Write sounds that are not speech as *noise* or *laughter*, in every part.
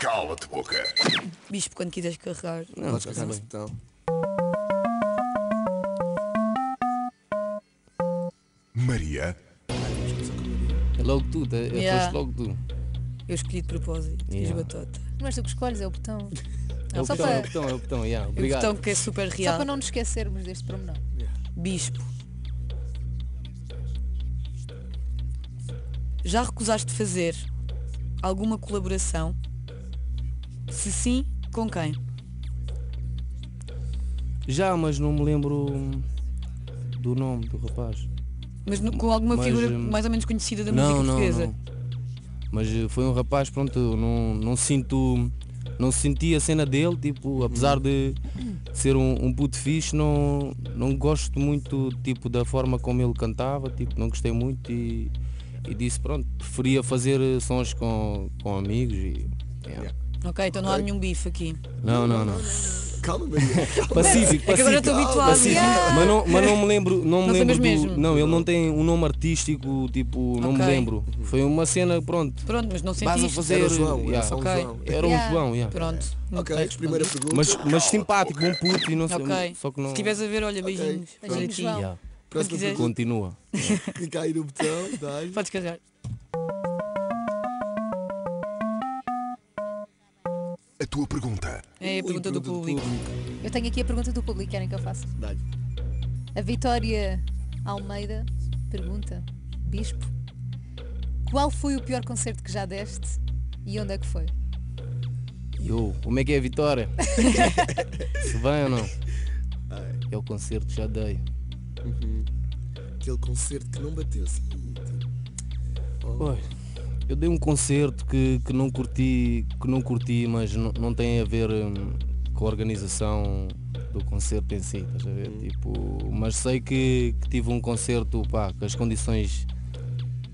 Cala-te, boca. Bispo, quando quiseres carregar. Não, Podes carregar nesse botão. Maria, É logo tu, tá? Yeah. É foste logo tu. Eu escolhi de propósito. Yeah. Fiz batota. Mas tu que escolhes é o botão. *laughs* É o Só botão, é o para- botão, é o botão, yeah, O obrigado. botão que é super Só real. para não nos esquecermos deste promenor. Bispo. Já recusaste fazer alguma colaboração? Se sim, com quem? Já, mas não me lembro hum, do nome do rapaz. Mas no- com alguma Mas, figura hum, mais ou menos conhecida da não, música não, portuguesa? não. Mas eh, foi um rapaz, pronto, eu não, não sinto. Não senti a cena dele, tipo, apesar de ser um, um puto fixe, não, não gosto muito tipo, da forma como ele cantava, tipo, não gostei muito e, e disse, pronto, preferia fazer eh, sons com, com amigos e. yeah. Ok, então não há nenhum bife aqui. Não, não, não. Calma, Maria. Pacífico, É que agora pacífico. estou habituado. Pacífico. Mas, não, mas não me lembro, não me Não lembro sabes do- mesmo? Não, ele não tem um nome artístico, tipo, não me Ok. lembro. Foi uma cena, pronto. Pronto, mas não Vais a sentiste? fazer. Era o João, eh, era yeah, só um Ok. João. Era um Yeah. João, yeah. Pronto. não Ok, sei, pronto. primeira pergunta. Mas, mas simpático, bom puto e não sei. Ok. Só que não. Se estiveres a ver, olha, beijinhos. Beijinhos, Beijinho. João. Yeah. Próxima quiseres- pergunta. Continua. Clica aí no botão, dá-lhe. Podes carregar. a tua pergunta. É a Ui, pergunta do público. Eu tenho aqui a pergunta do público, querem que eu faça? Dá-lhe. A Vitória Almeida pergunta, Bispo, qual foi o pior concerto que já deste e onde é que foi? Yo, como é que é *laughs* a vitória? Se vem ou não? É o concerto que já dei. Aquele concerto que não bateu. Sim. Oh. Pois, eu dei um concerto que, que não curti, que não curti, mas não, não tem a ver hum, com a organização do concerto em si, estás a ver? Uhum. Tipo, mas sei que, que tive um concerto, pá, que as condições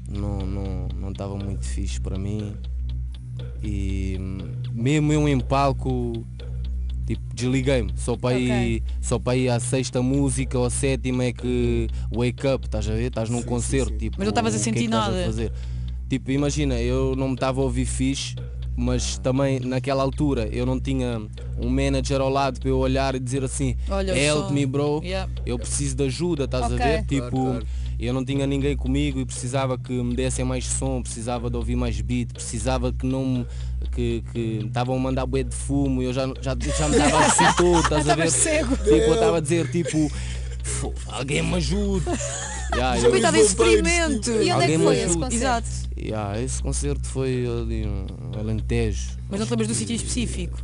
não não não estavam muito fixe para mim e hum, mesmo eu em palco tipo desliguei-me só para ir só para ir à sexta música ou à sétima é que wake up estás a ver estás num Sim, sim, concerto sim. tipo Mas não estavas a o que é que sentir estás nada. fazer? Tipo, imagina, eu não me estava a ouvir fixe, mas também naquela altura eu não tinha um manager ao lado para eu olhar e dizer assim, Olha o help som." me bro, Yeah. eu preciso de ajuda, estás Ok. a ver? Tipo, claro. eu não tinha ninguém comigo e precisava que me dessem mais som, precisava de ouvir mais beat, precisava que não me que que estavam a mandar bué de fumo e eu já, já, já me estava a *laughs* vestir todo, estás a ver? cego. Tipo, eu estava a dizer tipo, "Fo- alguém *laughs* me ajude. Yeah, eu- Coitado, é experimento. E onde é Alguém que me foi ajuda. esse concerto? Exato. Yeah, esse concerto foi ali um Alentejo. Mas não te lembras do sítio em específico?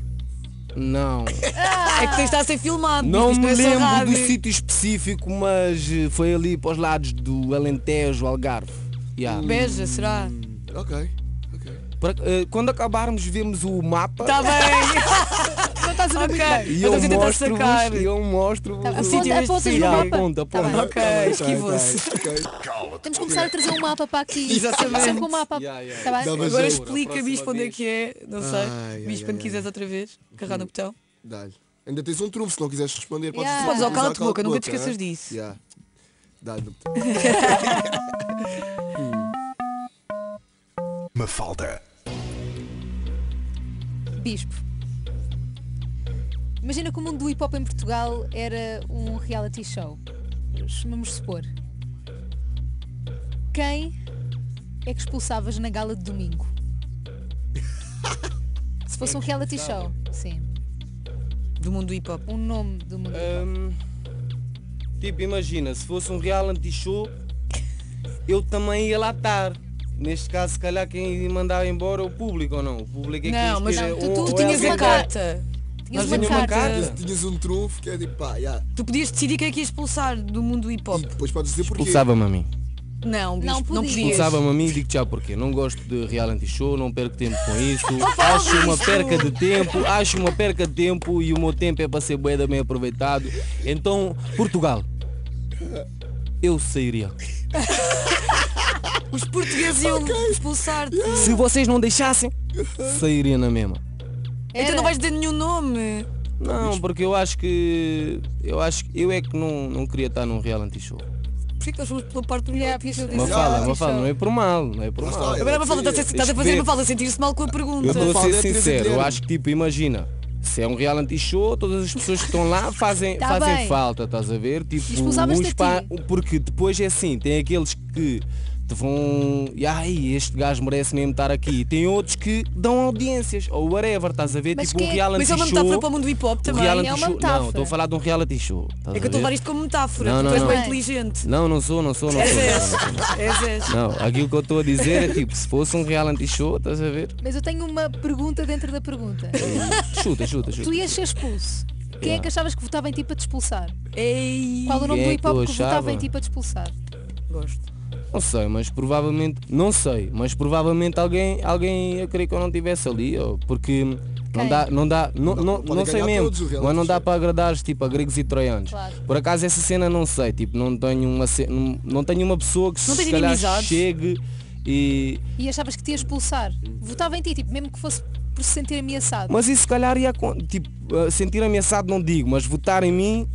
Não, É que tens de estar a ser filmado. não isto me é só lembro do rádio. sítio específico, mas eh, foi ali para os lados do Alentejo, Algarve. Yeah. Beja, será? Ok, ok. Pra- eh, quando acabarmos vemos o mapa Está *laughs* bem. não estás a brincar. e Tá, eu estou eu a tentar mostro sacar. e eu mostro Tá, sítio aponta- deste Apontas sítio. no yeah, mapa. aponta, Tá bem. aponta. Ok, esquivou-se. *laughs* Ok. Cala-te, Temos que boca. começar a trazer um mapa *laughs* para aqui. Exatamente. Sempre com um mapa. Yeah, yeah. Tá bem? Dá uma Agora Besoura, explica, próxima Bispo, onde é vez. que é. Não sei. Ai, ai, Bispo, ai, quando quiseres outra vez, carrar no botão. Dá-lhe. Ainda tens um trunfo, se não quiseres responder, podes Yeah. dizer. Podes ao Diz ao cala-te-boca, cala-te-boca, nunca te esqueças é? disso. Yeah. Dá-lhe. Mafalda, Bispo. Imagina que o mundo do hip hop em Portugal era um reality show. Vamos supor. Quem é que expulsavas na gala *laughs* de domingo? Se fosse um reality show, sim. Do mundo do hip hop. Um nome do mundo. Hum, tipo, imagina, se fosse um reality show, eu também ia lá estar. Neste caso, se calhar quem ia mandar embora é o público ou não? O público é que Não, mas escolhe tu- ou- tu Tu ou tinhas é a uma alguém- carta. Tinhas Nós uma tínhamos uma carta. carta. Tinhas um trunfo que é tipo, pá, yeah. Tu podias decidir quem é que ia expulsar do mundo do hip E hop. depois podes dizer porquê. Expulsava-me a mim. Não, Bispo, Não não podias. podias. Expulsava-me a mim e digo já porquê. Não gosto de reality show, não perco tempo com isso. acho uma perca de tempo, acho uma perca de tempo e o meu tempo é para ser boeda bem aproveitado. Então, Portugal, eu sairia. Os portugueses iam expulsar-te. Se vocês não deixassem, sairia na mesma. Então Era. não vais dizer nenhum nome. Não, porque eu acho que eu acho que eu é que não, não queria estar num reality show. porquê que nós fomos pela parte do Yeah, yeah, porque eu Uma disse, fala, uma ah, fala, isto- tá, não é por mal, não é por Lá mal. está, Agora a Mafalda está a ser- está a fazer Espera. uma fala sentir-se mal com a pergunta. Eu estou a Mafalda, ser é Teresa sincero, eu Guilherme. acho que tipo, imagina, se é um reality show, todas as pessoas que estão *laughs* lá fazem, Tá fazem bem. falta, estás a ver? Tipo, Expulsavas-te uns a pa- ti. porque depois é assim, tem aqueles que te vão. E ai, este gajo merece mesmo estar aqui. E tem outros que dão audiências, ou whatever, estás a ver? Mas tipo que um é- reality Mas é uma show. metáfora para o mundo do hip hop um também. reality é uma show. Não, metáfora. estou a falar de um reality show. estás É que eu a estou a levar ver? isto como metáfora. Não, tu não, és não. É. bem inteligente. Não, não sou, não sou, não sou. não És. *laughs* sou. És, és. Não, aquilo que eu estou a dizer é tipo, se fosse um reality show, estás a *laughs* ver? Mas eu tenho uma pergunta dentro *laughs* da pergunta. Chuta, chuta, tu chuta. ias ser expulso. Quem é que Yeah. achavas que votava em ti para te expulsar? Ei. Qual o nome Quem é do que hip hop eu que votava achava? em ti para te expulsar? Gosto. Não sei, mas provavelmente, não sei, mas provavelmente alguém, alguém ia querer que eu não estivesse ali, ó, porque Quem? não dá, não dá, não, Não, não, podem não sei ganhar mesmo, todos os mas não realistas. dá para agradar tipo a gregos e troianos. Claro. Por acaso essa cena não sei, tipo, não tenho uma ce- não, não tenho uma pessoa que Não se tens calhar inimizades? chegue e E achavas que te ia expulsar? Votava em ti, tipo, mesmo que fosse por se sentir ameaçado. mas isso se calhar ia acon- tipo, eh, sentir ameaçado não digo, mas votar em mim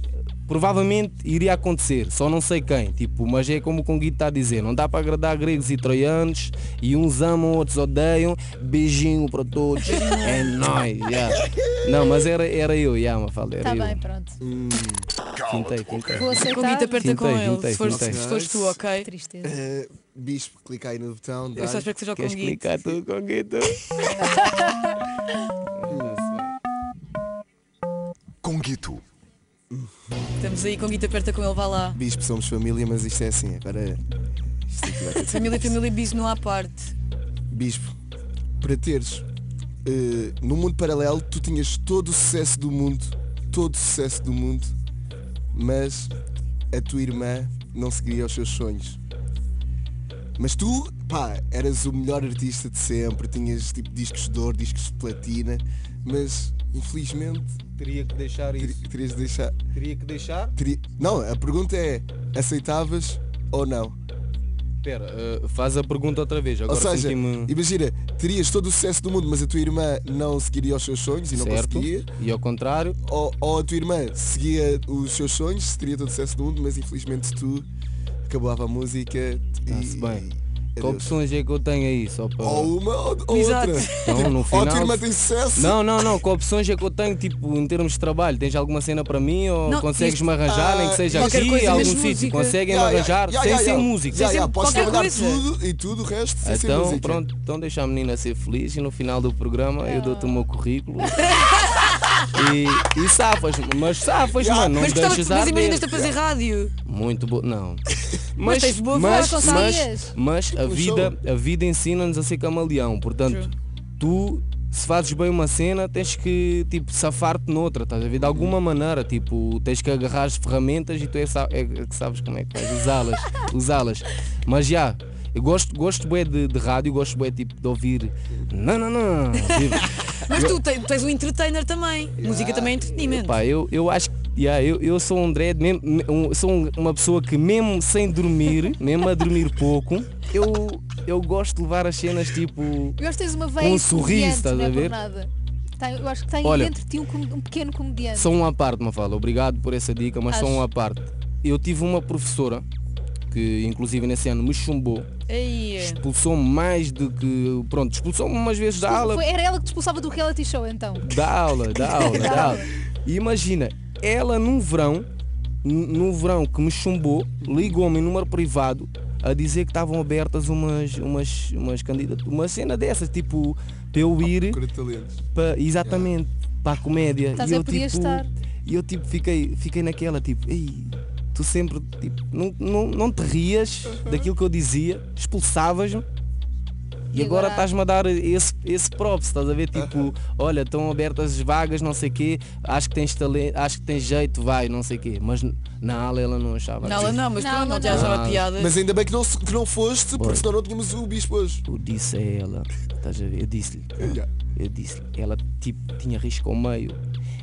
provavelmente iria acontecer, só não sei quem, tipo, mas é como o Conguito está a dizer, não dá para agradar gregos e troianos e uns amam, outros odeiam, beijinho para todos, é nóis, yeah. não, mas era, era eu, yeah, Mafalda, era Está eu, Tá bem, pronto. quintei, quintei. Vou aceitar. Convite aperta com Quintei, ele. quintei, Se fores quintei. se fores tu, ok? Tristeza. Eh, bispo, clica aí no botão. Eu É só dá-lhe. espero que seja o Queres Conguito. clicar tu, Conguito? Conguito. Estamos aí, Conguito aperta com ele, vá lá. Bispo, somos família, mas isto é assim. Agora. Isto aqui vai ter de ser- Família, família, bis não há parte. Bispo, para teres. eh, no mundo paralelo, tu tinhas todo o sucesso do mundo. Todo o sucesso do mundo. Mas a tua irmã não seguiria os seus sonhos. Mas tu, pá, eras o melhor artista de sempre. Tinhas tipo discos de ouro, discos de platina. Mas, infelizmente, Teria que deixar ter- terias de deixar. teria que deixar? Teria- Não, a pergunta é, aceitavas ou não? Espera, eh, faz a pergunta outra vez, agora ou seja, senti-me... imagina, terias todo o sucesso do mundo, mas a tua irmã não seguiria os seus sonhos e não Certo, conseguia. e ao contrário, Ou, ou a tua irmã seguia os seus sonhos, teria todo o sucesso do mundo, mas infelizmente tu acabava a música Tá-se e... bem. que adeus. opções é que eu tenho aí? Só para... Ou uma ou, ou Exato. outra. Tipo, Então, no Ou a final... tua irmã tem sucesso. Não, não, não, que opções é que eu tenho, tipo, em termos de trabalho? Tens alguma cena para mim ou Não, tipo, consegues-me arranjar, ah, nem que seja qualquer aqui, coisa, mas algum música. sítio? Conseguem-me Ya, ya, arranjar ya, sem ya, ser ya. música? Ya, sem ya, ser- Podes qualquer trabalhar coisa. tudo e tudo o resto sem ser Então, música. Ah. pronto, então deixa a menina ser feliz e no final do programa eu dou-te o meu currículo. E, e safas, mas safas, Ya. mano, não Mas gostava deixas mas arder. imaginas-te a fazer rádio. Muito boa. *laughs* Não. tens boa mas, mas, voz, conseguias. mas a Puxou. vida, a vida ensina-nos a ser camaleão. Portanto, True. tu se fazes bem uma cena, tens que tipo safar-te noutra, estás a ver? De alguma maneira, tipo, tens que agarrar as ferramentas e tu é, sa- é que sabes como é que *laughs* vais usá-las, usá-las. Mas já, eu gosto, gosto bué de, de rádio, gosto bué tipo de ouvir. Não, não, não. *laughs* tipo, Mas tu, te- tu és um entertainer também. Música também é entretenimento. Pá, eu, eu acho que yeah, eu, eu sou um dread, mesmo, me- um- sou um- uma pessoa que mesmo sem dormir, *laughs* mesmo a dormir pouco, eu, eu gosto de levar as cenas tipo. Eu acho que tens uma veia Um sorriso, estás comediante, não é a por ver? nada. Tem- eu acho que tem Olha. dentro de ti um, com- um pequeno comediante. Só um à parte, Mafalda. Obrigado por essa dica, mas só Acho. um à parte. Eu tive uma professora que inclusive nesse ano me chumbou, Aí, é. expulsou-me mais do que. Pronto, expulsou-me umas vezes da aula Foi- era ela que te expulsava do reality show então. Da aula, da aula, Da da aula. E imagina, ela num verão, n- num verão que me chumbou, ligou-me em número privado a dizer que estavam abertas umas, umas, umas candidaturas, uma cena dessas, tipo, para eu ir, Cura de talentos. para, exatamente, para a comédia. Estás e a eu, poder tipo, estar. E eu, tipo, fiquei, fiquei naquela, tipo, ei, tu sempre, tipo, não, não, não te rias Uhum. daquilo que eu dizia, expulsavas-me. E, E agora agora- Uhum. estás-me a dar esse, esse props, estás a ver? Tipo, olha, estão abertas as vagas, não sei quê, acho que tens talento, acho que tens jeito, vai, não sei quê. Mas n- na aula ela não achava. Não, aquilo. ela não, mas Não, não, ela não te não. achava piada. Mas ainda bem que não, se- que não foste, porque Pois. senão não tínhamos o bispo hoje. Eu disse a ela, estás a ver? Eu disse-lhe, Yeah. eu disse ela tipo tinha risco ao meio.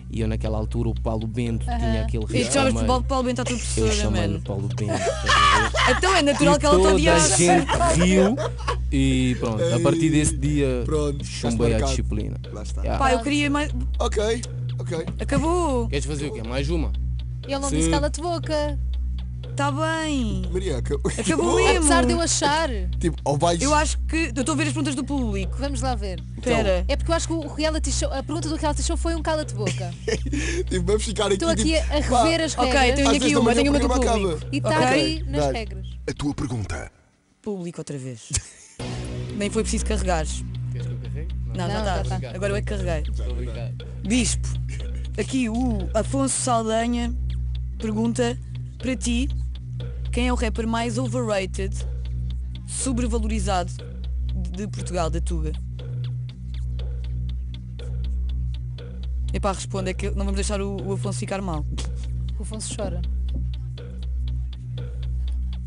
E eu naquela altura o Paulo Bento tinha aquele E risco. tu ao chamas meio. Paulo Paulo Bento à tua Eu professora, chamei-lhe mano. Paulo Bento. *laughs* estás a ver? Então é natural E que ela te toda a odiasse. gente riu e pronto, a partir Ei, desse dia pronto, estás chumbei a marcado. disciplina. Lá está. Yeah. Pá, eu queria mais. Ok, ok. Acabou! Queres fazer o quê? Mais uma? Ele não Sim. disse cala-te boca. Está tá bem. Maria, acab- Acabou mesmo. Apesar de É eu achar, *laughs* tipo, ou vais. Eu acho que. Eu estou a ver as perguntas do público. vamos lá ver. Espera. Então, É porque eu acho que o reality show, a pergunta do reality show foi um *laughs* cala-te-boca. Tipo, vamos ficar aqui. Estou aqui tipo, a a pá, rever as Ok, regras tenho Às vezes aqui uma, também tenho uma o do programa acaba. público. e está Ok. aí nas Dá-lhe. regras. A tua pergunta. Público outra *laughs* vez. Nem foi preciso carregares. Queres que eu carregue? Não, Não, já já está. tá. Agora eu é que carreguei. Estou a brincar. Bispo, aqui o Afonso Saldanha pergunta para ti quem é o rapper mais overrated, sobrevalorizado de Portugal, da Tuga? Epá, responde, é que não vamos deixar o, o Afonso ficar mal. O Afonso chora.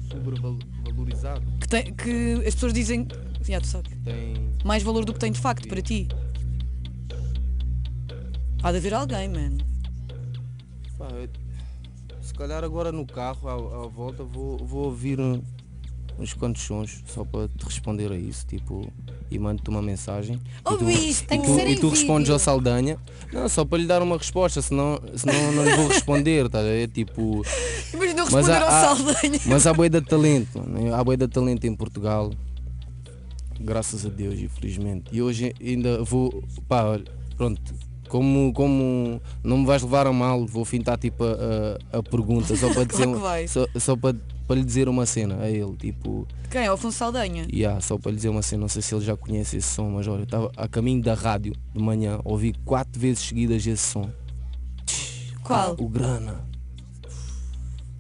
é Sobrevalorizado. Que, tem- que as pessoas dizem, já tu sabes, Tem. mais valor do que tem de facto para ti. Há de haver alguém, mano. Pá, eu- se calhar agora no carro, à, à volta, vou, vou ouvir um- uns quantos sons só para te responder a isso. Tipo, e mando-te uma mensagem. Oh, e tu, bicho, e tem que tu- ser em E tu respondes vídeo. ao Saldanha. Não, só para lhe dar uma resposta, senão, senão não lhe vou responder. Tá? É tipo. Imagina eu Mas responder há- ao há- Saldanha. Mas há boia de talento, mano. há boia de talento em Portugal. Graças a Deus, infelizmente. E hoje ainda vou. Pá, olha, pronto. Como, como não me vais levar a mal, vou fintar tipo a, a- a pergunta, só *laughs* para dizer um, Claro é que vai. só, só para, para lhe dizer uma cena a ele, tipo, Quem é o Afonso Saldanha? yeah, só para lhe dizer uma cena, não sei se ele já conhece esse som, mas olha, eu estava a caminho da rádio de manhã, ouvi quatro vezes seguidas esse som. Qual? O grana.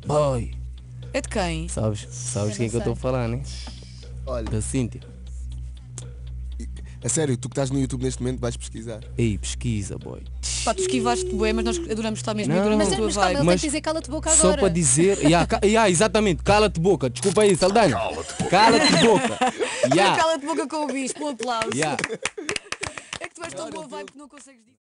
Boy. É de quem? Sabes? Sabes Eu quem é não que eu estou a falar, né? tipo, Olha, Da Cíntia. a sério, tu que estás no YouTube neste momento vais pesquisar. Ei, pesquisa, boy. Pá, tu esquivaste bué, mas nós adoramos estar mesmo e Não. adoramos Mas, a tua mas calma, vibe. ele tem Mas que dizer cala-te boca agora. Só para dizer. Ya, ca- ya, exatamente, cala-te boca. Desculpa aí, Saldanha. Cala-te boca. *laughs* Ya, Cala-te boca com o bicho, um aplauso. ya. É que tu és tão boa vibe que não consegues dizer.